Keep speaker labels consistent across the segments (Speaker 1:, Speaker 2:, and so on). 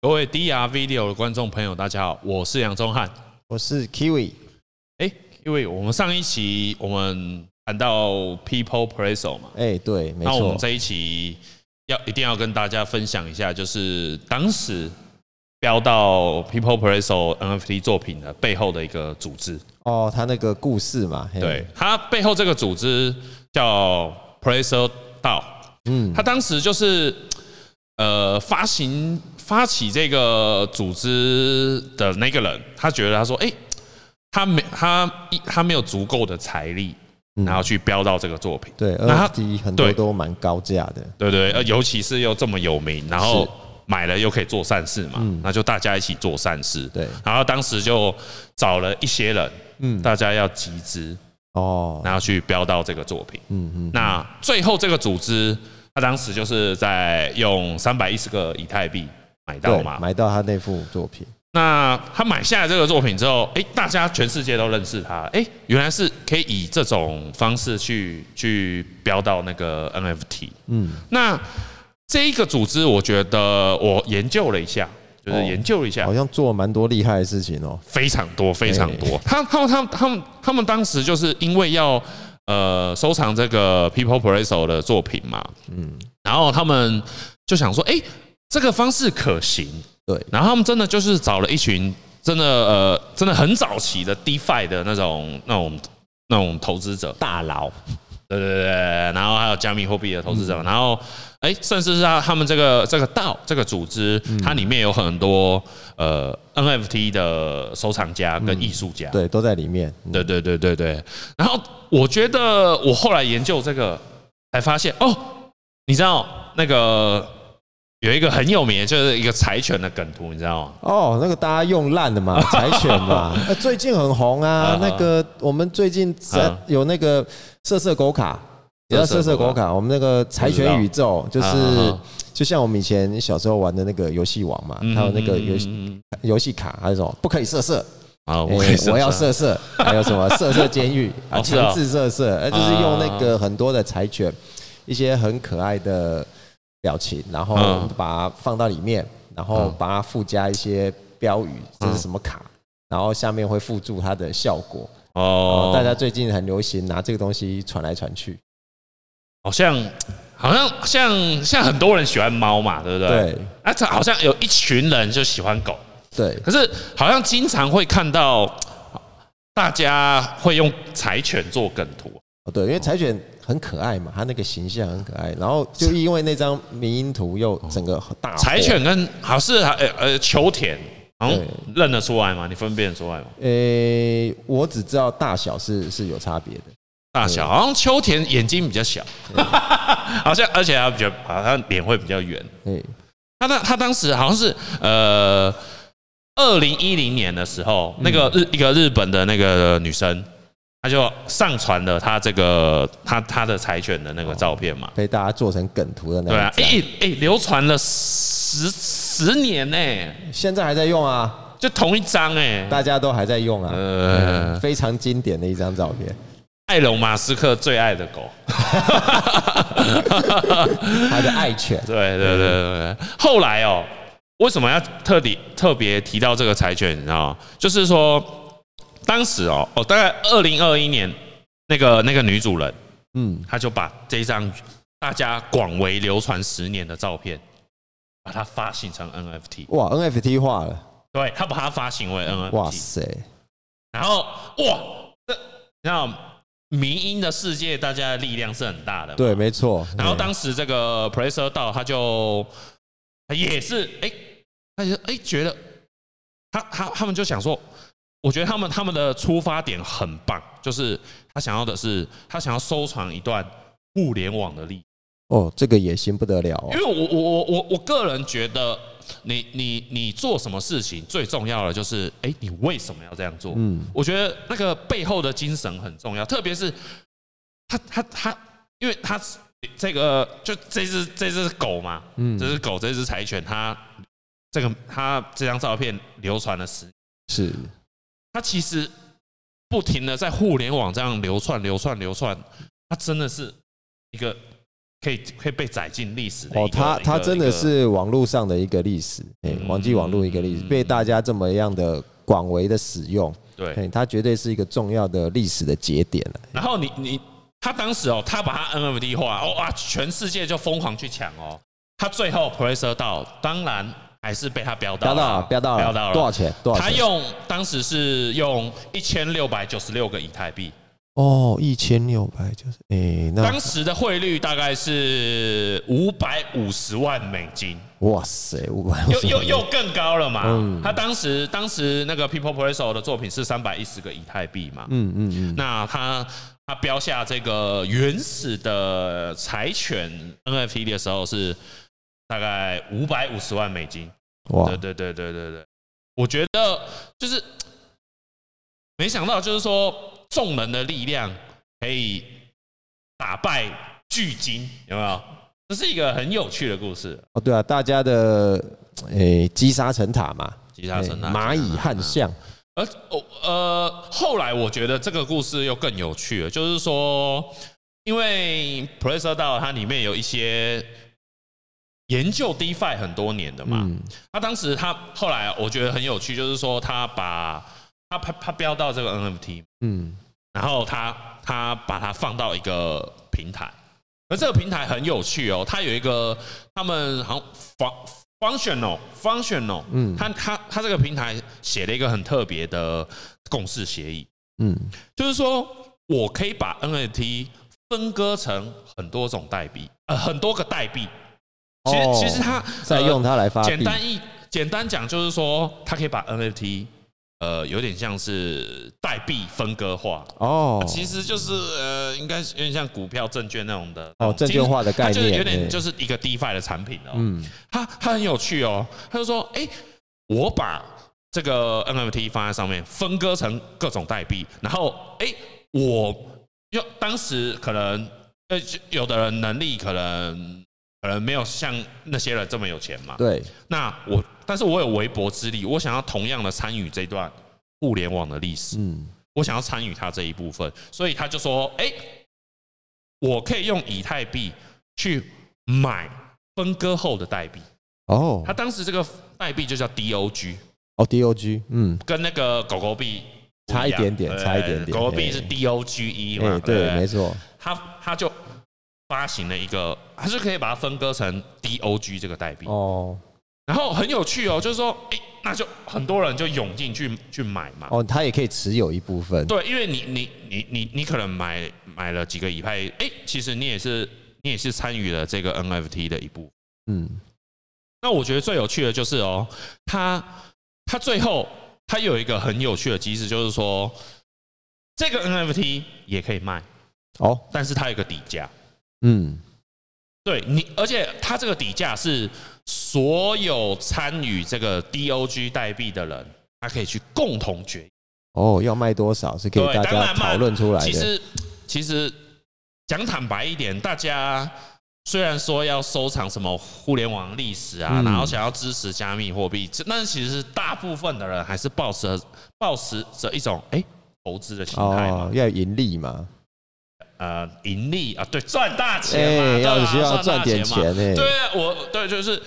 Speaker 1: 各位 DR Video 的观众朋友，大家好，我是杨宗翰。
Speaker 2: 我是 Kiwi，
Speaker 1: 哎，因为我们上一期我们谈到 People Preso 嘛，
Speaker 2: 哎、对，没
Speaker 1: 那我
Speaker 2: 错
Speaker 1: 们，这一期要一定要跟大家分享一下，就是当时标到 People Preso NFT 作品的背后的一个组织。
Speaker 2: 哦，他那个故事嘛，嘿
Speaker 1: 对，，它背后这个组织叫 Preso DAO，
Speaker 2: 嗯，
Speaker 1: 他当时就是呃发行发起这个组织的那个人，他觉得他说，哎、他没他一他没有足够的财力，
Speaker 2: 嗯
Speaker 1: 然后去标到这个作品，
Speaker 2: 对
Speaker 1: 那他
Speaker 2: ，NFT 很多
Speaker 1: 对
Speaker 2: 都蛮高价的，
Speaker 1: 对对，呃，尤其是又这么有名，然后买了又可以做善事嘛，那就大家一起做善事。
Speaker 2: 嗯对
Speaker 1: 然后当时就找了一些人，
Speaker 2: 嗯，
Speaker 1: 大家要集资，
Speaker 2: 哦，
Speaker 1: 然后去标到这个作品。
Speaker 2: 嗯嗯，
Speaker 1: 那最后这个组织，他当时就是在用三百一十个以太币买到
Speaker 2: 对，
Speaker 1: 嘛。
Speaker 2: 买到他那幅作品，
Speaker 1: 那他买下来这个作品之后，哎、大家全世界都认识他，哎、原来是可以以这种方式去去标到那个 NFT。
Speaker 2: 嗯，
Speaker 1: 那这一个组织，我觉得我研究了一下，就是
Speaker 2: 哦
Speaker 1: 研究了一下，
Speaker 2: 好像做了蛮多厉害的事情哦，
Speaker 1: 非常多，非常多。他他们他们他们他们当时就是因为要呃收藏这个 People Preso 的作品嘛，
Speaker 2: 嗯，
Speaker 1: 然后他们就想说，哎、这个方式可行。
Speaker 2: 对，
Speaker 1: 然后他们真的就是找了一群真的呃真的很早期的 DeFi 的那种那种那种投资者，
Speaker 2: 大佬，
Speaker 1: 对对对对，对然后还有加密货币的投资者，然后哎，甚至是他他们这个这个道这个组织，它里面有很多呃 NFT 的收藏家跟艺术家，
Speaker 2: 对，都在里面，嗯
Speaker 1: 对对对对对。然后我觉得我后来研究这个，才发现哦，你知道那个有一个很有名的，就是一个柴犬的梗图，你知道吗？
Speaker 2: 哦，那个大家用烂的 嘛，柴犬嘛，呃最近很红啊
Speaker 1: 啊。
Speaker 2: 那个我们最近在
Speaker 1: 啊
Speaker 2: 有那个色色狗卡，你知道色色狗卡？我们那个柴犬宇宙就
Speaker 1: 啊啊
Speaker 2: 是
Speaker 1: 啊，嗯
Speaker 2: 就像我们以前小时候玩的那个游戏王嘛，还有那个游戏
Speaker 1: 戏
Speaker 2: 游戏卡，还有什么不可以色色，
Speaker 1: 啊，我可以
Speaker 2: 哎
Speaker 1: 设
Speaker 2: 我要
Speaker 1: 设
Speaker 2: 色色，还有什么色色监狱啊，
Speaker 1: 哦是啊
Speaker 2: 强制色色，呃就是用那个很多的柴犬，一些很可爱的表情，然后
Speaker 1: 嗯
Speaker 2: 把它放到里面，然后
Speaker 1: 嗯
Speaker 2: 把它附加一些标语，这是什么卡，然后下面会附注它的效果。
Speaker 1: 哦
Speaker 2: 哦，大家最近很流行拿这个东西传来传去，
Speaker 1: 好像好像像像很多人喜欢猫嘛，对不对？
Speaker 2: 对。
Speaker 1: 啊，这好像有一群人就喜欢狗，
Speaker 2: 对，
Speaker 1: 可是好像经常会看到大家会用柴犬做梗图。
Speaker 2: 哦对，因为柴犬很可爱嘛，它那个形象很可爱，然后就因为那张迷因图又整个大火
Speaker 1: 柴犬跟好是呃呃球田，嗯
Speaker 2: 对，
Speaker 1: 认得出来吗？你分辨得出来吗？
Speaker 2: 诶、呃我只知道大小是是有差别的。
Speaker 1: 大小好像秋田眼睛比较小， 好像而且它比较好像脸会比较圆。
Speaker 2: 诶、
Speaker 1: 他当他当时好像是呃，二零一零年的时候，那个日一个日本的那个女生，她就上传了她这个她她的柴犬的那个照片嘛，
Speaker 2: 被大家做成梗图的那
Speaker 1: 对啊
Speaker 2: 一，
Speaker 1: 哎
Speaker 2: 张
Speaker 1: 哎、诶流传了十十年呢、
Speaker 2: 现在还在用啊，
Speaker 1: 就同一张哎、
Speaker 2: 大家都还在用啊，
Speaker 1: 呃
Speaker 2: 嗯非常经典的一张照 片，
Speaker 1: 埃隆马斯克最爱的狗，
Speaker 2: 他的爱犬，
Speaker 1: 对对对对对。后来哦，为什么要特地特别提到这个柴犬？你知道吗？就是说，当时哦哦，大概二零二一年，那个那个女主人，
Speaker 2: 嗯，
Speaker 1: 她就把这张大家广为流传十年的照片，把它发行成 NFT。
Speaker 2: 哇，NFT 化了，
Speaker 1: 对，她把它发行为 NFT。
Speaker 2: 哇塞，
Speaker 1: 然后哇，这你知道民音的世界，大家的力量是很大的嘛。
Speaker 2: 对，没错。
Speaker 1: 然后
Speaker 2: 嗯
Speaker 1: 当时这个 p r e s e r 道他就他也是哎、他就哎、觉得他他他们就想说，我觉得他们他们的出发点很棒，就是他想要的是他想要收藏一段互联网的历史，
Speaker 2: 哦，这个野心不得了哦
Speaker 1: 因，为我我我我我个人觉得你你你做什么事情最重要的就是哎、你为什么要这样做？
Speaker 2: 嗯，
Speaker 1: 我觉得那个背后的精神很重要，特别是他他他，因为他这个就这只这只狗嘛，
Speaker 2: 嗯
Speaker 1: 这只狗这只柴犬，它这个它这张照片流传了十，
Speaker 2: 是，
Speaker 1: 它其实不停的在互联网这样流窜流窜流窜，它真的是一个可以可以被载进历史的一
Speaker 2: 哦，
Speaker 1: 个
Speaker 2: 他
Speaker 1: 一个
Speaker 2: 他真的
Speaker 1: 一个
Speaker 2: 是网络上的一个历史，哎、
Speaker 1: 嗯
Speaker 2: 网际网络一个历史，被大家这么样的广为的使用，
Speaker 1: 对
Speaker 2: 哎，它绝对是一个重要的历史的节点了。
Speaker 1: 然后你你他当时哦，他把他 NFT 化，哦啊，全世界就疯狂去抢哦。他最后 p r e s e r 到，当然还是被他标到
Speaker 2: 标到了，标到了，
Speaker 1: 标到了
Speaker 2: 多少？钱？多少
Speaker 1: 他
Speaker 2: 钱？
Speaker 1: 用当时是用一千六百九十六个以太币，
Speaker 2: 哦，一千六百就是，哎、那
Speaker 1: 当时的汇率大概是五百五十万美金，
Speaker 2: 哇塞，五百
Speaker 1: 又又又更高了嘛。
Speaker 2: 嗯
Speaker 1: 他当时当时那个 People p r e s e r 的作品是三百一十个以太币嘛，
Speaker 2: 嗯嗯嗯，
Speaker 1: 那他他标下这个原始的柴犬 NFT 的时候是大概五百五十万美金。
Speaker 2: 哇
Speaker 1: 对，对对对对对，我觉得就是没想到，就是说众人的力量可以打败巨鲸，有没有？这是一个很有趣的故事。
Speaker 2: 哦对啊，大家的哎积沙成塔嘛，
Speaker 1: 吉他神啊，
Speaker 2: 哎蚂蚁
Speaker 1: 汉
Speaker 2: 汉象，
Speaker 1: 而哦呃，后来我觉得这个故事又更有趣了，就是说，因为 p r e s e r 道它里面有一些研究 DeFi 很多年的嘛，
Speaker 2: 嗯，
Speaker 1: 他当时他后来我觉得很有趣，就是说他把他他他标到这个 NFT，
Speaker 2: 嗯，
Speaker 1: 然后他他把它放到一个平台，而这个平台很有趣哦，它有一个他们好像 fun functional functional，嗯，
Speaker 2: 嗯
Speaker 1: 它它它这个平台写了一个很特别的共识协议，
Speaker 2: 嗯，
Speaker 1: 就是说我可以把 NFT 分割成很多种代币，呃，很多个代币。其实、
Speaker 2: 哦
Speaker 1: 其实它
Speaker 2: 再
Speaker 1: 呃
Speaker 2: 用它来发
Speaker 1: 简
Speaker 2: 币，
Speaker 1: 单一简单讲就是说，它可以把 NFT 呃有点像是代币分割化，
Speaker 2: 哦，
Speaker 1: 其实就是呃，应该是有点像股票、证券那种的
Speaker 2: 哦证券化的概念
Speaker 1: 它就是有点
Speaker 2: 嗯
Speaker 1: 就是一个 DeFi 的产品哦。
Speaker 2: 嗯，
Speaker 1: 它它很有趣哦，他就说，哎，我把这个 NFT 放在上面，分割成各种代币，然后哎，我又当时可能呃，就有的人能力可能可能没有像那些人这么有钱嘛，
Speaker 2: 对，
Speaker 1: 那我但是我有微薄之力，我想要同样的参与这段互联网的历史。
Speaker 2: 嗯，
Speaker 1: 我想要参与它这一部分，所以他就说：“哎、我可以用以太币去买分割后的代币。”
Speaker 2: 哦
Speaker 1: 他，当时这个代币就叫 DOG，
Speaker 2: 哦，DOG，嗯，
Speaker 1: 跟那个狗狗币不样
Speaker 2: 差一点点
Speaker 1: 对
Speaker 2: 差一点点
Speaker 1: 狗狗币是
Speaker 2: 哎
Speaker 1: DOGE E 嘛对
Speaker 2: 哎，，
Speaker 1: 不
Speaker 2: 对，
Speaker 1: 对
Speaker 2: 没错，
Speaker 1: 他他就发行了一个，他是可以把它分割成 DOG 这个代币，
Speaker 2: 哦，
Speaker 1: 然后很有趣哦，就是说，哎、那就很多人就涌进去去买嘛，
Speaker 2: 哦，它也可以持有一部分，
Speaker 1: 对，因为你你你你你可能买买了几个以太，哎、其实你也是你也是参与了这个 NFT 的一部分。
Speaker 2: 嗯，
Speaker 1: 那我觉得最有趣的就是哦，它它最后它有一个很有趣的机制，就是说这个 NFT 也可以卖，
Speaker 2: 哦，
Speaker 1: 但是它有一个底价。
Speaker 2: 嗯，
Speaker 1: 对你，而且它这个底价是所有参与这个 DOG 代币的人，他可以去共同决议。
Speaker 2: 哦，要卖多少是可以
Speaker 1: 对
Speaker 2: 大
Speaker 1: 当然
Speaker 2: 家
Speaker 1: 嘛
Speaker 2: 讨论出来
Speaker 1: 其
Speaker 2: 的，
Speaker 1: 实，其实讲坦白一点，大家虽然说要收藏什么互联网历史啊，
Speaker 2: 嗯
Speaker 1: 然后想要支持加密货币，这但其实大部分的人还是抱持抱持着一种哎、投资的心态嘛
Speaker 2: 哦，，要盈利嘛，
Speaker 1: 呃，盈利啊，对，赚大钱嘛，
Speaker 2: 哎，
Speaker 1: 对吧啊
Speaker 2: 要需要赚点
Speaker 1: 大
Speaker 2: 钱哎呢，
Speaker 1: 嘛。对，啊我对就是，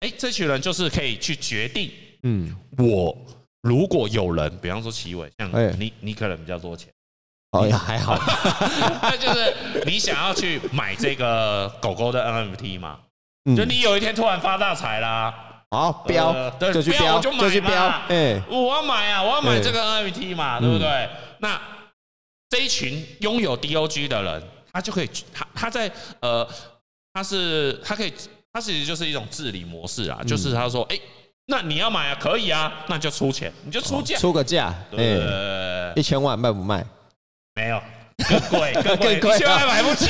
Speaker 1: 哎、这群人就是可以去决定
Speaker 2: 嗯，
Speaker 1: 我。如果有人，比方说齐伟，像
Speaker 2: 哎
Speaker 1: 你，你可能比较多钱，
Speaker 2: 哦，呀还 好，
Speaker 1: 那就是你想要去买这个狗狗的 NFT 嘛？
Speaker 2: 嗯
Speaker 1: 就，你有一天突然发大财啦，
Speaker 2: 好
Speaker 1: 呃
Speaker 2: 标，
Speaker 1: 对
Speaker 2: 就去
Speaker 1: 标
Speaker 2: 标，
Speaker 1: 我就买嘛
Speaker 2: 就去标，哎，
Speaker 1: 我要买啊，我要买
Speaker 2: 对嗯
Speaker 1: 这个 NFT 嘛，对不对？那这一群拥有 DOG 的人，他就可以，他他在呃，他是他可以，他其实就是一种治理模式
Speaker 2: 嗯
Speaker 1: 啊，就是他说，哎，那你要买啊，可以啊，那你就出钱，你就出价，
Speaker 2: 出个价，哎，
Speaker 1: 对，哦
Speaker 2: 一千万卖不卖？
Speaker 1: 没有。更贵，更贵，
Speaker 2: 更贵啊
Speaker 1: 一千万买不起。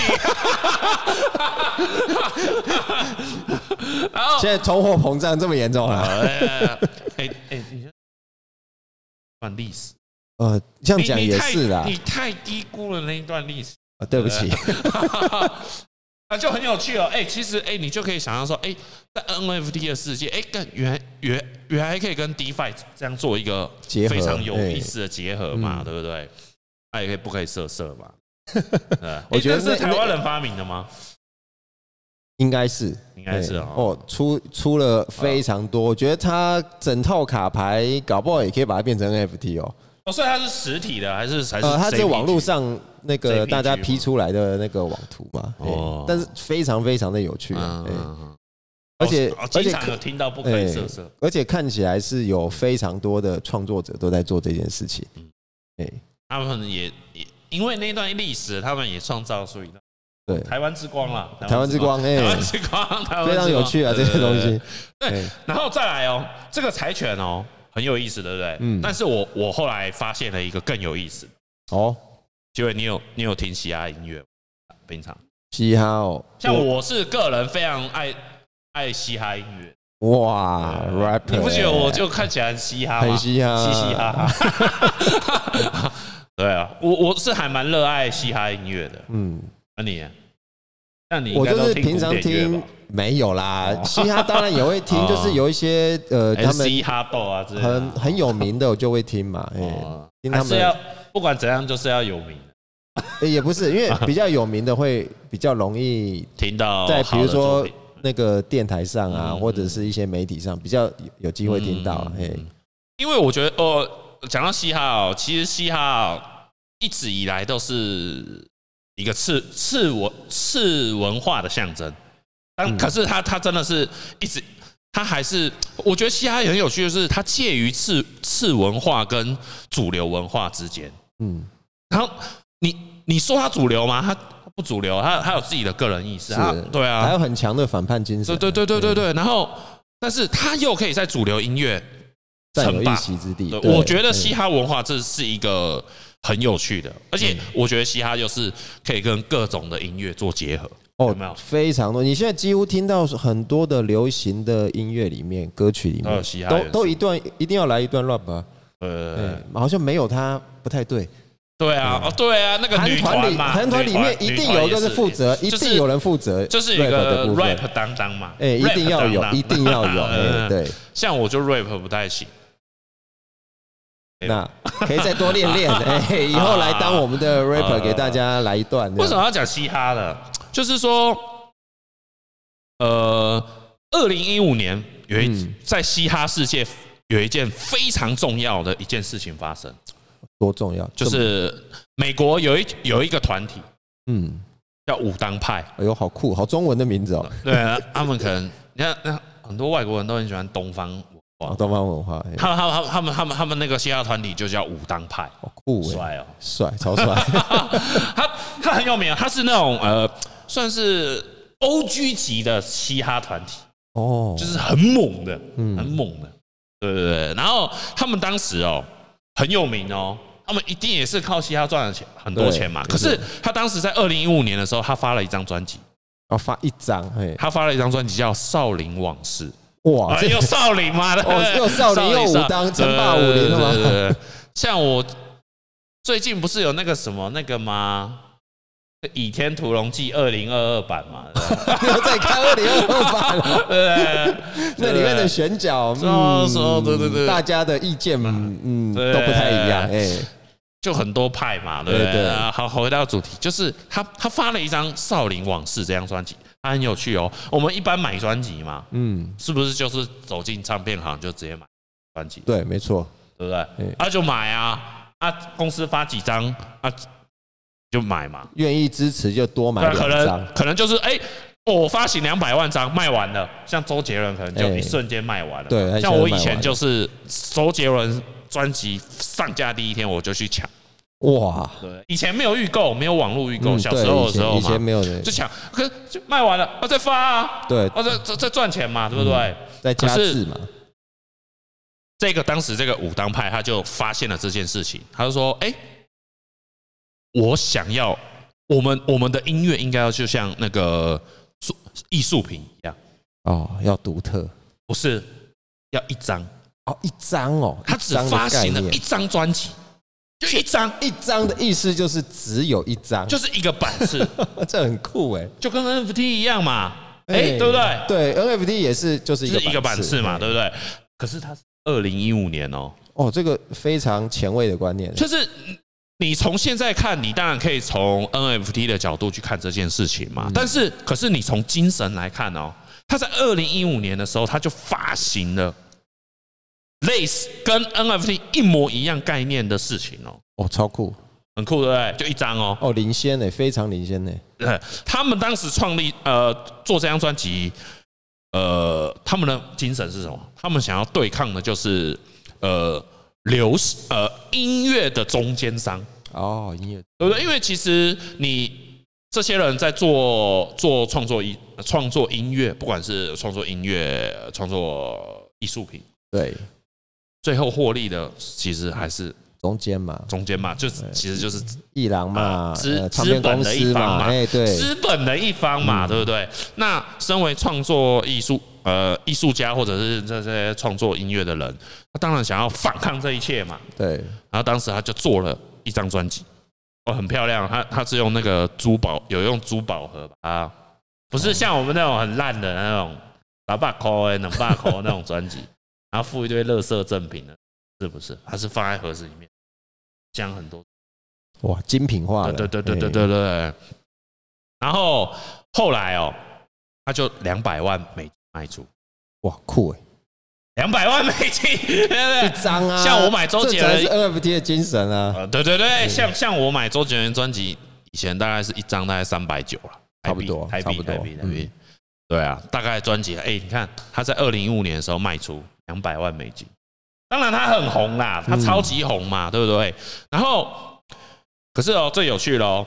Speaker 1: 然后
Speaker 2: 现在通货膨胀这么严重啊
Speaker 1: 好
Speaker 2: 了，
Speaker 1: 哎哎 哎，你段历史，
Speaker 2: 呃，这样
Speaker 1: 你
Speaker 2: 讲
Speaker 1: 你
Speaker 2: 也
Speaker 1: 太
Speaker 2: 是啦
Speaker 1: 你，呃太低估了那一段历史，
Speaker 2: 啊对不起，
Speaker 1: 啊，就很有趣哦。哎，其实哎，你就可以想象说，哎，在 NFT 的世界，哎，干原原原来可以跟 DeFi 这样做一个
Speaker 2: 结合
Speaker 1: 非常有
Speaker 2: 哎
Speaker 1: 意思的结合嘛，
Speaker 2: 嗯
Speaker 1: 对不对？ 它也可以不可以色色嘛？对哎
Speaker 2: 我觉得
Speaker 1: 这是
Speaker 2: 那
Speaker 1: 台湾人发明的吗？
Speaker 2: 应该是，
Speaker 1: 应该是
Speaker 2: 对
Speaker 1: 哦啊
Speaker 2: 哦，出出了非常多，我觉得它整套卡牌搞不好也可以把它变成 NFT 哦。
Speaker 1: 哦，所以它是实体的还是还是？
Speaker 2: 呃，它是网络。上那个
Speaker 1: JPG
Speaker 2: 大家 P 出来的那个网图嘛，
Speaker 1: 哦
Speaker 2: 哦，但是非常非常的有趣啊，
Speaker 1: 嗯，
Speaker 2: 对
Speaker 1: 嗯嗯
Speaker 2: 而且
Speaker 1: 哦
Speaker 2: 而
Speaker 1: 经
Speaker 2: 且哎
Speaker 1: 常有听到不可以色色，
Speaker 2: 而且看起来是有非常多的创作者都在做这件事情
Speaker 1: 嗯，
Speaker 2: 哎，
Speaker 1: 他们也也因为那段历史，他们也创造出一段
Speaker 2: 对，
Speaker 1: 台湾之光啦，
Speaker 2: 台湾之光，
Speaker 1: 台
Speaker 2: 哎
Speaker 1: 湾，之光，台湾之光
Speaker 2: 非常有趣啊，这些东。
Speaker 1: 对对对
Speaker 2: 西
Speaker 1: 对，对
Speaker 2: 哎，
Speaker 1: 然后再来哦，这个柴犬哦，很有意思，对不对？嗯。
Speaker 2: 嗯
Speaker 1: 但是我我后来发现了一个更有意思，
Speaker 2: 哦，
Speaker 1: 因为你有你有听嘻哈音乐吗，平常
Speaker 2: 嘻哈哦，
Speaker 1: 像我是个人非常爱爱嘻哈音乐，
Speaker 2: 哇，rap，
Speaker 1: 你不觉得我就看起来很嘻哈吗？
Speaker 2: 啊很嘻哈
Speaker 1: 嘻嘻哈哈。 对啊，我我是还蛮热爱嘻哈音乐的。
Speaker 2: 嗯，
Speaker 1: 那你呢，那你应
Speaker 2: 我
Speaker 1: 该
Speaker 2: 就
Speaker 1: 都
Speaker 2: 是
Speaker 1: 听
Speaker 2: 平
Speaker 1: 古
Speaker 2: 常
Speaker 1: 典乐
Speaker 2: 听
Speaker 1: 吧？
Speaker 2: 没有啦
Speaker 1: 哦，
Speaker 2: 嘻哈当然也会听
Speaker 1: 哦，
Speaker 2: 就是有一些呃，
Speaker 1: 还是
Speaker 2: 他们
Speaker 1: 嘻哈豆啊之类的
Speaker 2: 很
Speaker 1: 啊？
Speaker 2: 很有名的我就会听嘛，哎，
Speaker 1: 哦
Speaker 2: 听
Speaker 1: 还
Speaker 2: 他
Speaker 1: 是
Speaker 2: 们
Speaker 1: 要不管怎样，就是要有名，
Speaker 2: 欸也不是， 因为比较有名的会比较容易
Speaker 1: 听到
Speaker 2: 在
Speaker 1: 哦
Speaker 2: 比
Speaker 1: 好的
Speaker 2: 如
Speaker 1: 作
Speaker 2: 说
Speaker 1: 品
Speaker 2: 那个电台上啊，
Speaker 1: 嗯
Speaker 2: 或者是一些媒体上比较有机会听到
Speaker 1: 嗯。
Speaker 2: 嘿，
Speaker 1: 因为我觉得，哦，讲到嘻哈哦，其实嘻哈哦一直以来都是一个次次文次文化的象征，但
Speaker 2: 嗯
Speaker 1: 可是它它真的是一直，它还是我觉得嘻哈很有趣，就是它介于次次文化跟主流文化之间。
Speaker 2: 嗯，
Speaker 1: 然后你你说它主流吗？它不主流，它它有自己的个人意识，
Speaker 2: 是
Speaker 1: 它，对啊，
Speaker 2: 还有很强的反叛精神
Speaker 1: 对
Speaker 2: 啊，
Speaker 1: 对对对对对，然后但是他又可以在主流音乐
Speaker 2: 占有
Speaker 1: 称霸
Speaker 2: 一席之地
Speaker 1: 对，。
Speaker 2: 对
Speaker 1: 我觉得
Speaker 2: 嗯
Speaker 1: 嘻哈文化这是一个很有趣的，而
Speaker 2: 嗯
Speaker 1: 且我觉得嘻哈就是可以跟各种的音乐做结合。有没有
Speaker 2: 哦非常多，你现在几乎听到很多的流行的音乐里面、歌曲里
Speaker 1: 都有
Speaker 2: 面
Speaker 1: 哦嘻哈元素
Speaker 2: 都都一段一定要来一段 rap 啊，
Speaker 1: 呃
Speaker 2: 对，，好像没有它不太对。
Speaker 1: 对啊，哦对啊，那个
Speaker 2: 韩
Speaker 1: 女
Speaker 2: 团
Speaker 1: 团
Speaker 2: 里
Speaker 1: 嘛，
Speaker 2: 韩团
Speaker 1: 女
Speaker 2: 里面一
Speaker 1: 女
Speaker 2: 定
Speaker 1: 团
Speaker 2: 有一
Speaker 1: 也
Speaker 2: 个是负责，一
Speaker 1: 就是
Speaker 2: 定有人负责，
Speaker 1: 就是有一
Speaker 2: 的
Speaker 1: 个
Speaker 2: 部分
Speaker 1: rap 担当嘛，
Speaker 2: 哎，一
Speaker 1: rap
Speaker 2: 定要有
Speaker 1: 担，当嗯
Speaker 2: 一定要 有，哎，。对。
Speaker 1: 像我就 rap 不太行，哎
Speaker 2: 那可以再多练 练，哎，以后来当我们的 rapper 给大家来一段。
Speaker 1: 啊为什么要讲嘻哈呢？就是说，呃，二零一五年有一、
Speaker 2: 嗯
Speaker 1: 在嘻哈世界有一件非常重要的一件事情发生，
Speaker 2: 多重要？
Speaker 1: 就
Speaker 2: 这么
Speaker 1: 是美国有一有一个团体
Speaker 2: 嗯，
Speaker 1: 叫武当派，
Speaker 2: 哎呦，好酷，好中文的名字哦，
Speaker 1: 对啊， 他们可能你看，那很多外国人都很喜欢东方文
Speaker 2: 哦
Speaker 1: 化，
Speaker 2: 东方文化，哎
Speaker 1: 他们他们他们他们他们那个嘻哈团体就叫武当派，
Speaker 2: 好酷哎，
Speaker 1: 帅哦。
Speaker 2: 帅，超帅，
Speaker 1: 他他很有名，他是那种呃，算是 O G 级的嘻哈团体，
Speaker 2: 哦，
Speaker 1: 就是很猛的，
Speaker 2: 嗯
Speaker 1: 很猛的，对对对。然后他们当时哦很有名哦，他们一定也是靠嘻哈赚了钱很多
Speaker 2: 对
Speaker 1: 钱嘛。
Speaker 2: 对
Speaker 1: 可是他当时在二零一五年的时候，他发了一张专辑，
Speaker 2: 要哦发一张，哎，
Speaker 1: 他发了一张专辑叫《少林往事》，
Speaker 2: 哇，
Speaker 1: 啊，
Speaker 2: 哦这
Speaker 1: 又少林嘛，对不对
Speaker 2: 哦又少林又武当称霸武林了吗
Speaker 1: 对对对对对像我最近不是有那个什么那个吗？《倚天屠龙记》二零二二版嘛，对不对
Speaker 2: 你又在看二零二 版，
Speaker 1: 对
Speaker 2: 那里面的选角，嗯
Speaker 1: 哦是哦对对对
Speaker 2: 大家的意见，嗯嗯，
Speaker 1: 对
Speaker 2: 都不太一样，哎，
Speaker 1: 就很多派嘛，对不对？
Speaker 2: 对对
Speaker 1: 啊好，回到主题，就是他他发了一张《少林往事》这张专辑，他很有趣哦。我们一般买专辑嘛，
Speaker 2: 嗯，
Speaker 1: 是不是就是走进唱片行就直接买专辑，
Speaker 2: 对，没错，
Speaker 1: 对不对
Speaker 2: 对？
Speaker 1: 啊，就买啊，啊，公司发几张啊，就买嘛。
Speaker 2: 愿意支持就多买
Speaker 1: 那可
Speaker 2: 两张
Speaker 1: 能，可能就是哎、哦我发行两百万张卖完了，像周杰伦可能就
Speaker 2: 哎
Speaker 1: 一瞬间卖完了。
Speaker 2: 对他一下
Speaker 1: 像
Speaker 2: 就
Speaker 1: 我以
Speaker 2: 卖完
Speaker 1: 前
Speaker 2: 了
Speaker 1: 就是周杰伦专辑上架第一天我就去抢。
Speaker 2: 哇，
Speaker 1: 对，以前没有预购，没有网络预购，
Speaker 2: 嗯
Speaker 1: 小
Speaker 2: 对
Speaker 1: 时候
Speaker 2: 以
Speaker 1: 的时
Speaker 2: 前
Speaker 1: 候
Speaker 2: 以前
Speaker 1: 嘛，
Speaker 2: 没有人
Speaker 1: 就，抢，可是就卖完了，啊，再发啊，
Speaker 2: 对，嗯
Speaker 1: 啊，再再再赚钱嘛，对不对？
Speaker 2: 在
Speaker 1: 可
Speaker 2: 加
Speaker 1: 是
Speaker 2: 字嘛，
Speaker 1: 这个当时这个武当派他就发现了这件事情，他就说：“哎，我想要我们我们的音乐应该要就像那个作艺术品一样，
Speaker 2: 哦，要独特，
Speaker 1: 不是要一张，
Speaker 2: 哦，一张哦，
Speaker 1: 他只发行了一张专辑，就一张，
Speaker 2: 一张的意思就是只有一张，
Speaker 1: 就是一个版式，
Speaker 2: 这很酷哎，
Speaker 1: 就跟 NFT 一样嘛，哎，对不对？”
Speaker 2: 对，NFT 也是就是
Speaker 1: 就是一个
Speaker 2: 一个
Speaker 1: 版式嘛，对不对？可是它是二零一五年哦，
Speaker 2: 哦，这个非常前卫的观念，
Speaker 1: 就是你从现在看，你当然可以从 NFT 的角度去看这件事情嘛。但是，可是你从精神来看哦，他在二零一五年的时候他就发行了类似跟 NFT 一模一样概念的事情哦，
Speaker 2: 哦，超酷
Speaker 1: 很酷对不对？就一张哦，
Speaker 2: 哦，领先呢，非常领先呢。
Speaker 1: 呃， 他们当时创立呃做这张专辑，呃，他们的精神是什么？他们想要对抗的就是呃流呃音乐的中间商，
Speaker 2: 哦，音乐
Speaker 1: 对不对？因为其实你这些人在做做创作音创作音乐，不管是创作音乐、创作艺术品，
Speaker 2: 对
Speaker 1: 最后获利的其实还是
Speaker 2: 中间嘛，
Speaker 1: 中间嘛，就是其实就是
Speaker 2: 艺廊嘛，
Speaker 1: 啊资
Speaker 2: 呃唱片公
Speaker 1: 资本的
Speaker 2: 司
Speaker 1: 一方
Speaker 2: 嘛，
Speaker 1: 嘛
Speaker 2: 哎，对，
Speaker 1: 资本的一方嘛，对不对？那身为创作艺术呃艺术家或者是这些创作音乐的人，他当然想要反抗这一切嘛。
Speaker 2: 对，
Speaker 1: 然后当时他就做了一张专辑，哦，很漂亮，他他是用那个珠宝，有用珠宝盒把它，不是像我们那种很烂的那种打把扣哎，能把扣那种专辑，然后附一堆垃圾赠品的，是不是？它是放在盒子里面，像很多
Speaker 2: 哇，精品化了，
Speaker 1: 对对对对对
Speaker 2: 哎，
Speaker 1: 对对。然后后来哦，他就两百万美金卖出，
Speaker 2: 哇，酷哎，
Speaker 1: 两百万美金， 对对对
Speaker 2: 一张啊，
Speaker 1: 像我买周杰伦
Speaker 2: 这才是 NFT 的精神啊，
Speaker 1: 呃，对对对，像像我买周杰伦专辑，以前大概是一张大概三百九了，台币
Speaker 2: 差不多
Speaker 1: 台
Speaker 2: 差
Speaker 1: 币
Speaker 2: 不多嗯
Speaker 1: 台币台币。对啊，大概专辑，哎，你看他在二零一五年的时候卖出两百万美金，当然他很红
Speaker 2: 嗯
Speaker 1: 啦，他超级红嘛，对不对？然后，可是哦，最有趣的哦，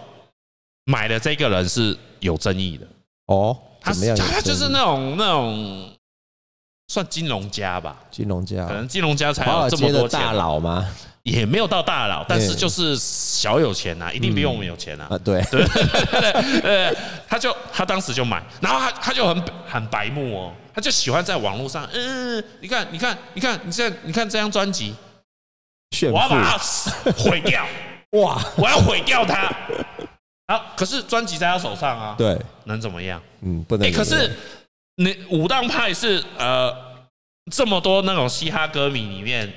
Speaker 1: 买的这个人是有争议的。
Speaker 2: 哦，
Speaker 1: 他
Speaker 2: 怎么
Speaker 1: 是
Speaker 2: 样有争议？
Speaker 1: 他就是那种那种算金融家吧，
Speaker 2: 金融家
Speaker 1: 可，能金融家才
Speaker 2: 啊华
Speaker 1: 有
Speaker 2: 尔
Speaker 1: 这么
Speaker 2: 街
Speaker 1: 多
Speaker 2: 的
Speaker 1: 钱啊
Speaker 2: 大，佬嗯吗？
Speaker 1: 也没有到大佬，但是
Speaker 2: 对
Speaker 1: 就是小有钱啊呐、一定比我们有钱呐、
Speaker 2: 啊，对，
Speaker 1: 对 对对，他就他当时就买，然后他他就很很白目哦，他就喜欢在网络上，嗯，你看你看你看你现在你看这张专辑，
Speaker 2: 炫
Speaker 1: 我要把
Speaker 2: 富，
Speaker 1: 它毁掉，
Speaker 2: 哇，
Speaker 1: 我要毁掉它。 啊，可是专辑在他手上啊，
Speaker 2: 对，
Speaker 1: 能怎么样？
Speaker 2: 嗯，不能
Speaker 1: 哎、
Speaker 2: 有
Speaker 1: 可
Speaker 2: 这
Speaker 1: 是
Speaker 2: 个
Speaker 1: 你武当派是呃这么多那种嘻哈歌迷里面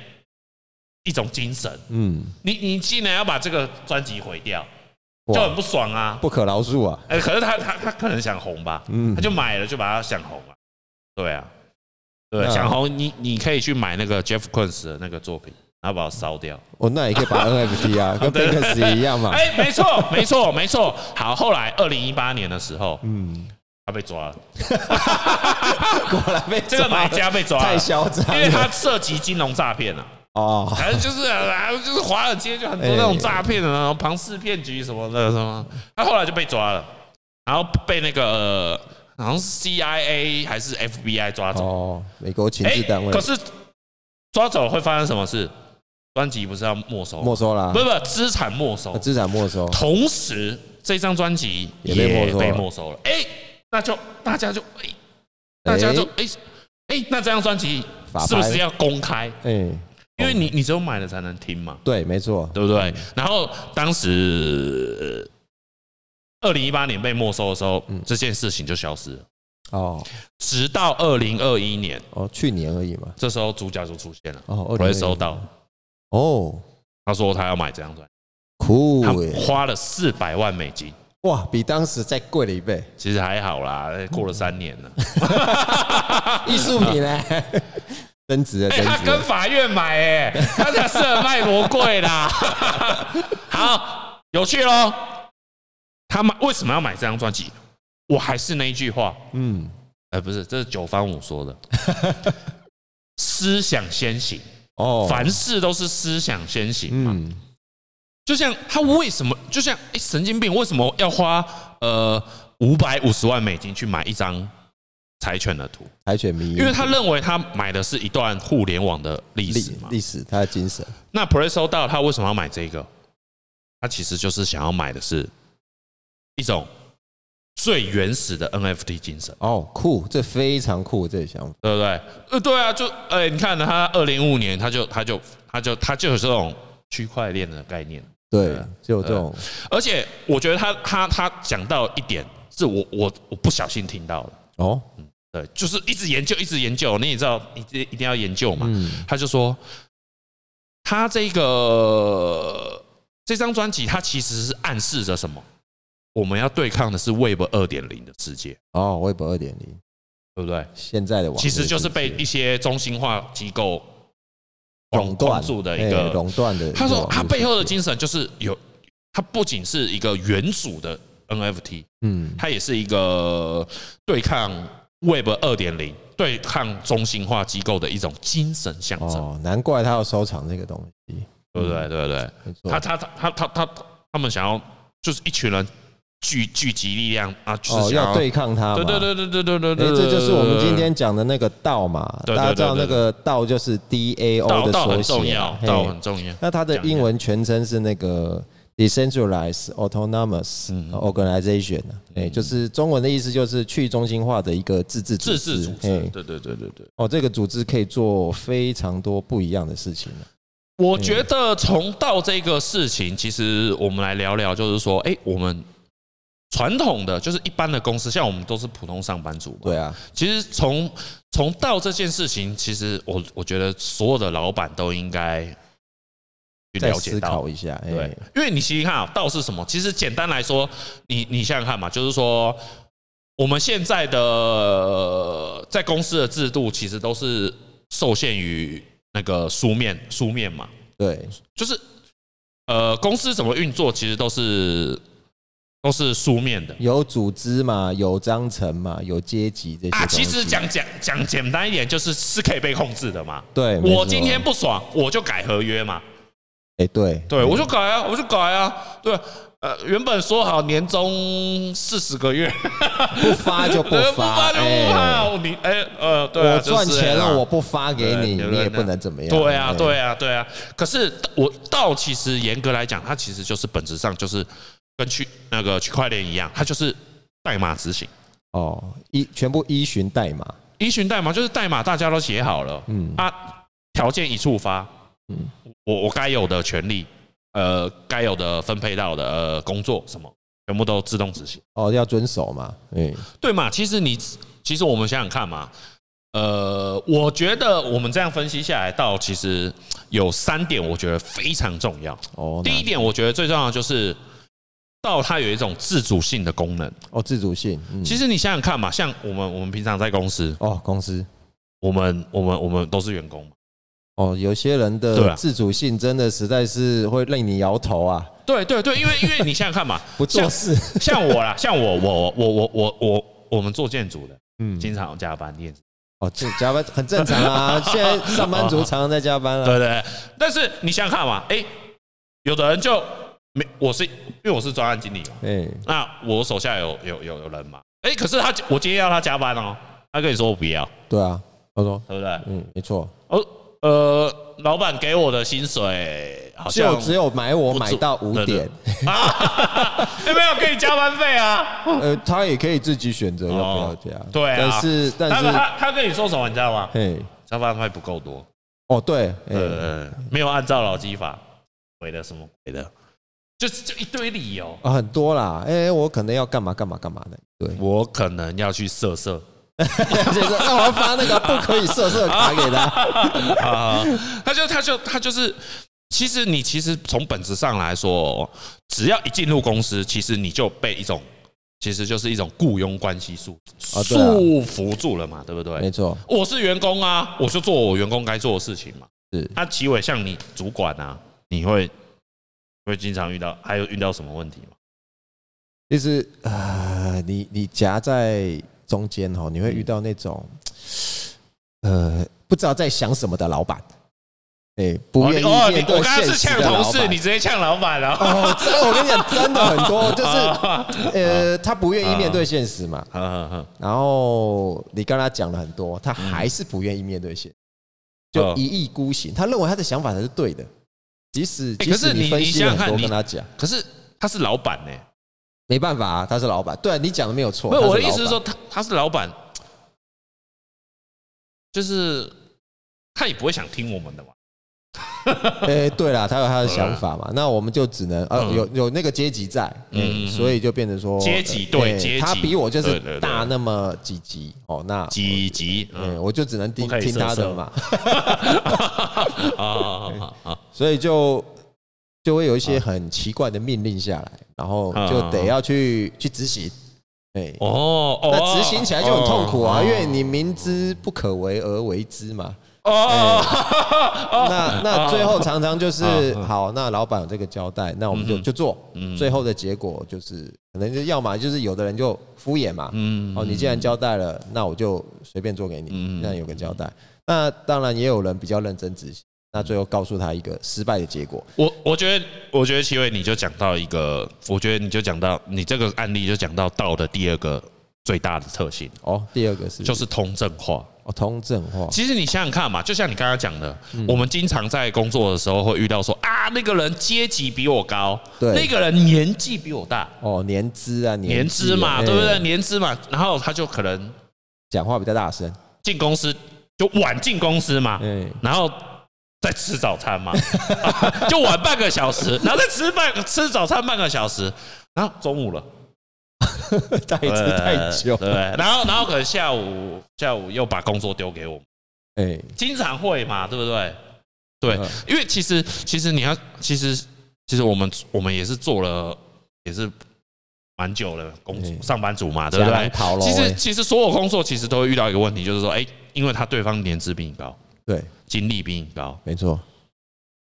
Speaker 1: 一种精神，
Speaker 2: 嗯，
Speaker 1: 你你竟然要把这个专辑毁掉，就很
Speaker 2: 哇，
Speaker 1: 不爽啊！
Speaker 2: 不可饶恕啊，
Speaker 1: 哎、可是他他他可能想红吧，
Speaker 2: 嗯
Speaker 1: 他，就买了，就把它想红了。对啊，对，
Speaker 2: 那
Speaker 1: 想红你你可以去买那个 Jeff Koons 的那个作品，然后把它烧掉。
Speaker 2: 哦，那也可以把 NFT 啊，跟 b
Speaker 1: 哦对
Speaker 2: a n k 一样嘛，
Speaker 1: 哎、没错， 没错，没错。好，后来二零一八年的时候，
Speaker 2: 嗯，
Speaker 1: 他被抓了，
Speaker 2: 果然被
Speaker 1: 这个
Speaker 2: 抓
Speaker 1: 买家被抓
Speaker 2: 太
Speaker 1: 了，
Speaker 2: 嚣张
Speaker 1: 因为他
Speaker 2: 了，
Speaker 1: 涉及金融诈骗啊。
Speaker 2: 哦，
Speaker 1: 反正就是啊，就是华尔街就很
Speaker 2: 哎
Speaker 1: 多那种诈骗的，然后庞氏骗局什么的什么，他后来就被抓了，然后被那个呃好像是 CIA 还是 FBI 抓走，
Speaker 2: 哦，美国情
Speaker 1: 哎
Speaker 2: 治单，位
Speaker 1: 可是抓走会发生什么事？专辑不是要没收，
Speaker 2: 没
Speaker 1: 不
Speaker 2: 收啦
Speaker 1: 不，不，资产没收，
Speaker 2: 资产没收，
Speaker 1: 同时这张专辑
Speaker 2: 也
Speaker 1: 也
Speaker 2: 被没收了
Speaker 1: 被没收了，哎，那就大家就哎，大家就
Speaker 2: 哎
Speaker 1: 哎哎，那这张专辑
Speaker 2: 法
Speaker 1: 是不
Speaker 2: 拍
Speaker 1: 是要公开？
Speaker 2: 哎，
Speaker 1: 因为你你只有买了才能听嘛。
Speaker 2: 对，没错，
Speaker 1: 对不对？然后当时呃二零一八年被没收的时候，这件事情就消失了。
Speaker 2: 哦
Speaker 1: 直到二零二一年，
Speaker 2: 哦，去年而已嘛，
Speaker 1: 这时候主角就出现了，
Speaker 2: 哦，
Speaker 1: 我
Speaker 2: 2021
Speaker 1: 会收到，
Speaker 2: 哦，
Speaker 1: 他说他要买这张专
Speaker 2: 酷
Speaker 1: 辑，他
Speaker 2: 哎，
Speaker 1: 花了四百万美金，
Speaker 2: 哇，比当时再贵了 一倍，
Speaker 1: 其实还好啦，过了三年了。
Speaker 2: 艺术品嘞，增值了，
Speaker 1: 哎、
Speaker 2: 增
Speaker 1: 他
Speaker 2: 值
Speaker 1: 跟
Speaker 2: 了，
Speaker 1: 法院买、哎，他才适合卖魔贵啦。好，有趣喽。他买为什么要买这张专辑？我还是那一句话，
Speaker 2: 嗯，
Speaker 1: 呃，不是，这是九方五说的，思想先行，
Speaker 2: 哦，
Speaker 1: 凡事都是思想先行嘛。
Speaker 2: 嗯，
Speaker 1: 就像他为什么，就像哎、神经病为什么要花呃五百五十万美金去买一张柴犬的图？
Speaker 2: 海选迷，
Speaker 1: 因为他认为他买的是一段互联网的历史
Speaker 2: 历
Speaker 1: 嘛。
Speaker 2: 历史它的精神，
Speaker 1: 那 Presso 到他为什么要买这个？他其实就是想要买的是一种最原始的 NFT 精神。
Speaker 2: 哦，酷，这非常酷，这个想法，
Speaker 1: 对不对？呃，对啊，就哎、你看他二零五年，他就他就他就他就有这种区块链的概念，
Speaker 2: 对，
Speaker 1: 啊
Speaker 2: 就有这种，
Speaker 1: 而且我觉得他他他讲到一点是我我我不小心听到的，
Speaker 2: 哦，
Speaker 1: 对，就是一直研究一直研究，你也知道，你一定要研究嘛。
Speaker 2: 嗯，
Speaker 1: 他就说，他这个这张专辑它其实是暗示着什么？我们要对抗的是 Web 二点零的世界，
Speaker 2: 哦，Web 二点零，
Speaker 1: 对不对？
Speaker 2: 现在的网
Speaker 1: 其实就是被一
Speaker 2: 一
Speaker 1: 些中心化机构
Speaker 2: 垄断
Speaker 1: 住的一个
Speaker 2: 哎垄断的一个
Speaker 1: 他
Speaker 2: 网络世界。
Speaker 1: 说他背后的精神就是有，他不仅是一个原主的 NFT，
Speaker 2: 嗯，
Speaker 1: 它也是一个对抗 Web 二点零、对抗中心化机构的一种精神象征，
Speaker 2: 哦，难怪他要收藏这个东西，
Speaker 1: 对不对？对不对？
Speaker 2: 没错。
Speaker 1: 他他他他他他们想要就是一群人聚聚集力量啊，就是
Speaker 2: 哦，
Speaker 1: 想
Speaker 2: 要对抗他嘛，
Speaker 1: 对对对对对对对
Speaker 2: 哎、
Speaker 1: 对，
Speaker 2: 这就是我们今天讲的那个道嘛。
Speaker 1: 对对对
Speaker 2: 大家知道
Speaker 1: 对
Speaker 2: 那
Speaker 1: 对
Speaker 2: 个道就是 D A O
Speaker 1: 道
Speaker 2: 的
Speaker 1: 道
Speaker 2: 缩
Speaker 1: 很重
Speaker 2: 写
Speaker 1: 要
Speaker 2: 啊、，嘿
Speaker 1: 道很重要。
Speaker 2: 那它的英文全称是那个 Decentralized Autonomous
Speaker 1: 嗯
Speaker 2: Organization 啊，哎、就是中文的意思就是去中心化的一个自治组
Speaker 1: 自
Speaker 2: 织。
Speaker 1: 治组织
Speaker 2: 嘿，
Speaker 1: 对对对对对。
Speaker 2: 哦，这个组织可以做非常多不一样的事情啊、
Speaker 1: 我觉得从道这个事情，其实我们来聊聊，就是说，哎，我们传统的就是一般的公司，像我们都是普通上班族嘛。
Speaker 2: 对啊，
Speaker 1: 其实从从道这件事情，其实我我觉得所有的老板都应该去
Speaker 2: 再
Speaker 1: 了解
Speaker 2: 思
Speaker 1: 到
Speaker 2: 考。一下。哎、
Speaker 1: 对，因为你其实看啊，道是什么？其实简单来说，你你想想看嘛，就是说我们现在的呃在公司的制度，其实都是受限于那个书面书面嘛。
Speaker 2: 对，
Speaker 1: 就是呃，公司怎么运作，其实都是都是书面的
Speaker 2: 有组织嘛，有章程嘛，有阶级这些
Speaker 1: 啊。其
Speaker 2: 东
Speaker 1: 实
Speaker 2: 西
Speaker 1: 讲讲讲简单一点，就是是可以被控制的嘛。
Speaker 2: 对，没
Speaker 1: 我
Speaker 2: 错
Speaker 1: 今天不爽，我就改合约嘛。
Speaker 2: 哎、对
Speaker 1: 对，我就改啊，我就改啊。对，呃，原本说好年终四十个 月，
Speaker 2: 不发就不
Speaker 1: 呃
Speaker 2: 发，
Speaker 1: 就
Speaker 2: 哎
Speaker 1: 不发。你哎呃，对啊，
Speaker 2: 我赚
Speaker 1: 就是
Speaker 2: 钱
Speaker 1: 啊
Speaker 2: 了，我不发给
Speaker 1: 对
Speaker 2: 你，
Speaker 1: 对
Speaker 2: 你
Speaker 1: 对
Speaker 2: 也不能怎么样。
Speaker 1: 对啊，
Speaker 2: 哎
Speaker 1: 对啊，对啊。可是我道其实严格来讲，它其实就是本质上就是跟区那个区块链一样，它就是代码执行。
Speaker 2: 哦，依全部依循代码，
Speaker 1: 依循代码就是代码大家都写好了，
Speaker 2: 嗯
Speaker 1: 啊，条件一触发，
Speaker 2: 嗯
Speaker 1: 我我该有的权利，呃，该有的分配到的呃工作什么，全部都自动执行，
Speaker 2: 哦，要遵守嘛，嗯，
Speaker 1: 对嘛？其实你其实我们想想看嘛。呃，我觉得我们这样分析下来，到其实有三点，我觉得非常重要。
Speaker 2: 哦，
Speaker 1: 第一点，我觉得最重要的就是道它有一种自主性的功能。
Speaker 2: 那哦，自主性，嗯，
Speaker 1: 其实你想想看嘛，像我们我们平常在公司，
Speaker 2: 哦，公司
Speaker 1: 我们我们我们都是员工嘛，
Speaker 2: 哦，有些人
Speaker 1: 对
Speaker 2: 的
Speaker 1: 啊
Speaker 2: 自主性真的实在是会令你摇头啊，
Speaker 1: 对对对，因为因为你想想看嘛，
Speaker 2: 不做事，
Speaker 1: 像我啦，像我我我我我我我们做建筑的，
Speaker 2: 嗯，
Speaker 1: 经常有加班，你也知
Speaker 2: 哦，这加班很正常 啊，现在上班族常常在加班
Speaker 1: 道
Speaker 2: 啊，
Speaker 1: 对对对。但是你想想看嘛，哎，有的人就没，我是因为我是专案经理嘛，
Speaker 2: 哎，
Speaker 1: 那我手下有有有有人嘛，哎，可是他我今天要他加班哦，他跟你说我不要，
Speaker 2: 对啊，他说，
Speaker 1: 对不对？
Speaker 2: 嗯，没错，
Speaker 1: 哦，呃，老板给我的薪水好像
Speaker 2: 就只有买我
Speaker 1: 不足
Speaker 2: 买到五
Speaker 1: 对对
Speaker 2: 点，
Speaker 1: 啊，有没有给你加班费 啊？
Speaker 2: 呃，他也可以自己选择要不要
Speaker 1: 哦
Speaker 2: 这样，
Speaker 1: 对啊
Speaker 2: 但是但
Speaker 1: 他
Speaker 2: 是，
Speaker 1: 他他跟你说什么，你知道吗？
Speaker 2: 嘿，
Speaker 1: 加班费不够多，
Speaker 2: 哦，对，哎。
Speaker 1: 呃，没有按照劳基法，鬼的什么鬼的，就是就一堆理由。
Speaker 2: 啊，很多啦，哎、我可能要干嘛干嘛干嘛的，对，
Speaker 1: 我可能要去色色
Speaker 2: 就是那我要发那个不可以色色的卡给 他，
Speaker 1: 啊，他就他就他就是，其实你其实从本质上来说，只要一进入公司，其实你就被一种，其实就是一种雇佣关系束
Speaker 2: 啊对啊
Speaker 1: 束缚住了嘛，对不对
Speaker 2: 没？错，
Speaker 1: 我是员工啊，我就做我员工该做的事情嘛。
Speaker 2: 是
Speaker 1: 那齐伟像你主管啊，你会会经常遇到，还有遇到什么问题吗？
Speaker 2: 就是呃，你你夹在中间哦，你会
Speaker 1: 嗯
Speaker 2: 遇到那种呃不知道在想什么的老板，哎、不
Speaker 1: 哦
Speaker 2: 愿
Speaker 1: 你
Speaker 2: 意
Speaker 1: 哦，你
Speaker 2: 面
Speaker 1: 我
Speaker 2: 对
Speaker 1: 刚刚
Speaker 2: 现
Speaker 1: 是
Speaker 2: 实
Speaker 1: 呛
Speaker 2: 的
Speaker 1: 同
Speaker 2: 老
Speaker 1: 事，
Speaker 2: 板
Speaker 1: 你。直接呛老板了。
Speaker 2: 哦，这我跟你讲，真的很多， 就是
Speaker 1: 啊
Speaker 2: 呃，他不愿意面对现实嘛，
Speaker 1: 呵呵呵
Speaker 2: 然后你跟他讲了很多，他还是不愿意面对现实，就
Speaker 1: 嗯哦
Speaker 2: 一意孤行。他认为他的想法才是对的，即使
Speaker 1: 欸
Speaker 2: 即
Speaker 1: 可是
Speaker 2: 使
Speaker 1: 你
Speaker 2: 分
Speaker 1: 你
Speaker 2: 析
Speaker 1: 想
Speaker 2: 了
Speaker 1: 想
Speaker 2: 很
Speaker 1: 看
Speaker 2: 多
Speaker 1: 你
Speaker 2: 跟他讲，
Speaker 1: 可是他是老板呢、
Speaker 2: 没办法啊，他是老板。对你讲的没有错，
Speaker 1: 没有
Speaker 2: 他
Speaker 1: 我的
Speaker 2: 老
Speaker 1: 意思是
Speaker 2: 板
Speaker 1: 说，，他他是老板，就是他也不会想听我们的嘛。
Speaker 2: 哎，对啦，他有他的想法嘛，那我们就只能呃
Speaker 1: 啊嗯
Speaker 2: 有有那个阶级在，
Speaker 1: 嗯
Speaker 2: 嗯，
Speaker 1: 嗯
Speaker 2: 所以就变成说
Speaker 1: 阶级
Speaker 2: 呃
Speaker 1: 对
Speaker 2: 哎
Speaker 1: 阶级
Speaker 2: 他比我就
Speaker 1: 对对
Speaker 2: 是
Speaker 1: 对
Speaker 2: 大那么几级哦，那
Speaker 1: 几级？
Speaker 2: 嗯，
Speaker 1: 嗯
Speaker 2: 我就只能听
Speaker 1: 不可以
Speaker 2: 听他
Speaker 1: 色
Speaker 2: 的
Speaker 1: 色
Speaker 2: 嘛，
Speaker 1: 啊啊啊啊啊！
Speaker 2: 所以就就会有
Speaker 1: 啊
Speaker 2: 一些很奇怪的命令下来，然后就得要去去执行。哎，
Speaker 1: 哦，哦
Speaker 2: 那执行起来就很痛苦啊，
Speaker 1: 哦
Speaker 2: 因为你明知不可为而为之嘛。
Speaker 1: 哦
Speaker 2: 哎
Speaker 1: 哦哦哦，
Speaker 2: 那那最后常常就是
Speaker 1: 嗯嗯
Speaker 2: 好，那老板有这个交代，那我们
Speaker 1: 嗯
Speaker 2: 就
Speaker 1: 哼
Speaker 2: 就做。
Speaker 1: 嗯
Speaker 2: 最后的结果就是，可能就要么就是有的人就敷衍嘛，
Speaker 1: 嗯
Speaker 2: 哦，你既然交代了，那我就随便做给你，
Speaker 1: 嗯
Speaker 2: 那有个交代。那当然也有人比较认真执行，那最后告诉他一个失败的结果。
Speaker 1: 我我觉得，我觉得齐伟你就讲到一个，我觉得你就讲到你这个案例就讲到道的第二个最大的特性，
Speaker 2: 哦，第二个是
Speaker 1: 就是通证化。
Speaker 2: 哦通证化，
Speaker 1: 其实你想想看嘛，就像你刚刚讲的，
Speaker 2: 嗯
Speaker 1: 我们经常在工作的时候会遇到说啊，那个人阶级比我高，
Speaker 2: 对
Speaker 1: 那个人年纪比我大，
Speaker 2: 哦年资啊
Speaker 1: 年
Speaker 2: 纪啊
Speaker 1: 资嘛，
Speaker 2: 哎
Speaker 1: 对不对？年资嘛，然后他就可能
Speaker 2: 讲话比较大声，
Speaker 1: 进公司就晚进公司嘛，
Speaker 2: 嗯，
Speaker 1: 然后再吃早餐嘛， 就晚半个小时，然后再吃半吃早餐半个小时，然后中午了，
Speaker 2: 待字 哎太久，
Speaker 1: 对，然后然后可能下午下午又把工作丢给我们，
Speaker 2: 哎，
Speaker 1: 经常会嘛，对不对？对
Speaker 2: 嗯，
Speaker 1: 因为其实其实你要其实其实我们我们也是做了也是蛮久了，工作
Speaker 2: 嗯
Speaker 1: 上班族嘛，对不
Speaker 2: 加班
Speaker 1: 对
Speaker 2: 跑？咯
Speaker 1: 其
Speaker 2: 欸
Speaker 1: 实其实所有工作其实都会遇到一个问题，就是说，哎，因为他对方年资比你高，
Speaker 2: 对，
Speaker 1: 经历比你高，
Speaker 2: 没错，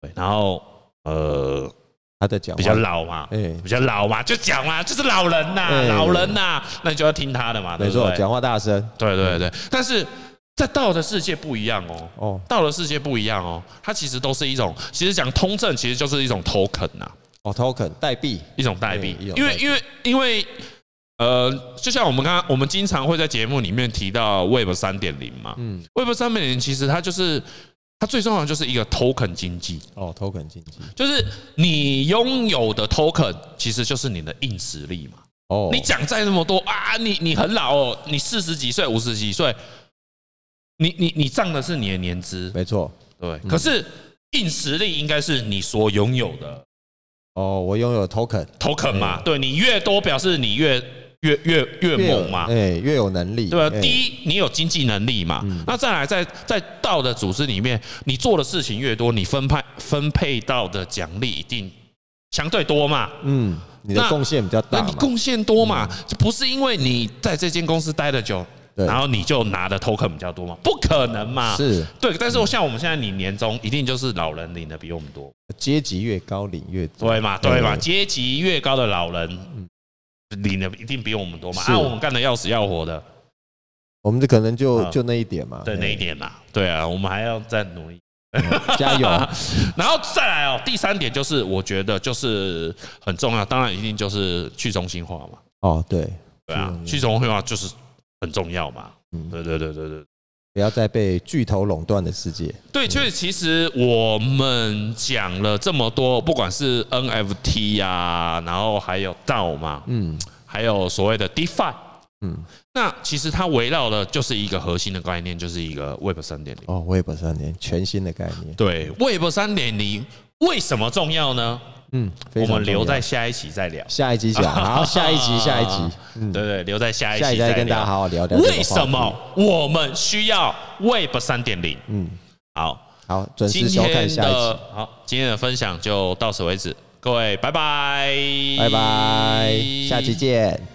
Speaker 1: 对，然后呃
Speaker 2: 他的讲话
Speaker 1: 比较，老嘛，
Speaker 2: 哎，
Speaker 1: 比较老嘛，就讲嘛，就是老人呐、
Speaker 2: 哎
Speaker 1: 老人呐、那你就要听他的嘛，对
Speaker 2: 没
Speaker 1: 不
Speaker 2: 错，嗯
Speaker 1: 对？
Speaker 2: 讲话大声，
Speaker 1: 对对对，但是在道的世界不一样哦，
Speaker 2: 哦
Speaker 1: 道的世界不一样哦，它其实都是一种，其实讲通证其实就是一种 token 呐、
Speaker 2: 哦 token 代币，
Speaker 1: 一种代币
Speaker 2: 对一种，
Speaker 1: 因
Speaker 2: 代
Speaker 1: 为
Speaker 2: 币
Speaker 1: 因为因为呃，就像我们刚刚我们经常会在节目里面提到 Web 三点零嘛
Speaker 2: 嗯，
Speaker 1: ，Web 三点零其实它就是它最重要的就是一个 token 经济，
Speaker 2: 哦 token 经济，
Speaker 1: 就是你拥有的 token 其实就是你的硬实力嘛。
Speaker 2: 哦，
Speaker 1: 你讲再那么多啊，你你很老哦，你四十几岁、五十几岁，你你你涨的是你的年资，
Speaker 2: 没错，
Speaker 1: 对。
Speaker 2: 嗯
Speaker 1: 可是硬实力应该是你所拥有的
Speaker 2: 哦，我拥有 token，
Speaker 1: token 嘛，对你越多表示你越越越越
Speaker 2: 嗯越有
Speaker 1: 猛嘛，
Speaker 2: 哎，越有能力，
Speaker 1: 对啊吧？
Speaker 2: 哎嗯
Speaker 1: 第一，你有经济能力嘛，那再来在在道的组织里面，你做的事情越多，你分派分配到的奖励一定相对多嘛，
Speaker 2: 嗯，你的
Speaker 1: 那
Speaker 2: 贡献比较
Speaker 1: 那
Speaker 2: 大
Speaker 1: 你
Speaker 2: 嘛，嗯
Speaker 1: 贡献多嘛？就不是因为你在这间公司待的久，
Speaker 2: 对
Speaker 1: 然后你就拿的 token 比较多嘛？不可能嘛！
Speaker 2: 是
Speaker 1: 对，但是像我们现在你年终一定就是老人领的比我们多，
Speaker 2: 阶级越高领越多，
Speaker 1: 对嘛？对嘛？
Speaker 2: 对
Speaker 1: 阶级越高的老人领的一定比我们多嘛？
Speaker 2: 是
Speaker 1: 啊，我们干的要死要活的，
Speaker 2: 我们这可能就
Speaker 1: 嗯
Speaker 2: 就那一点嘛，
Speaker 1: 对
Speaker 2: 哎
Speaker 1: 那一点嘛，对啊，我们还要再努力。
Speaker 2: 加 油，
Speaker 1: 然后再来哦，第三点就是我觉得就是很重要，当然一定就是去中心化嘛，
Speaker 2: 哦，对，
Speaker 1: 对啊，
Speaker 2: 去
Speaker 1: 去中心化就是很重要嘛，
Speaker 2: 嗯
Speaker 1: 对对对对对。
Speaker 2: 不要再被巨头垄断的世界，
Speaker 1: 对，所以其实我们讲了这么多，不管是 NFT 呀、啊然后还有 DAO 嘛，
Speaker 2: 嗯
Speaker 1: 还有所谓的 DeFi，
Speaker 2: 嗯，
Speaker 1: 那其实它围绕的就是一个核心的概念，就是一个 Web 三点零。
Speaker 2: 哦，Web 三点全新的概念，
Speaker 1: 对，Web 三点零为什么重要呢？
Speaker 2: 嗯，非
Speaker 1: 我
Speaker 2: 常
Speaker 1: 们留
Speaker 2: 重要
Speaker 1: 在下一期再聊。
Speaker 2: 下一集 讲，好，下一集，下一集，嗯，
Speaker 1: 对对，留在下一
Speaker 2: 下
Speaker 1: 期
Speaker 2: 一集再
Speaker 1: 再
Speaker 2: 跟大家
Speaker 1: 聊
Speaker 2: 好好聊聊这个话题
Speaker 1: 为什么我们需要 Web 三点零？
Speaker 2: 嗯，
Speaker 1: 好，
Speaker 2: 好，准
Speaker 1: 今
Speaker 2: 时收看
Speaker 1: 天
Speaker 2: 下一
Speaker 1: 的
Speaker 2: 集，
Speaker 1: 好，今天的分享就到此为止，各位拜拜，
Speaker 2: 拜拜，下期见。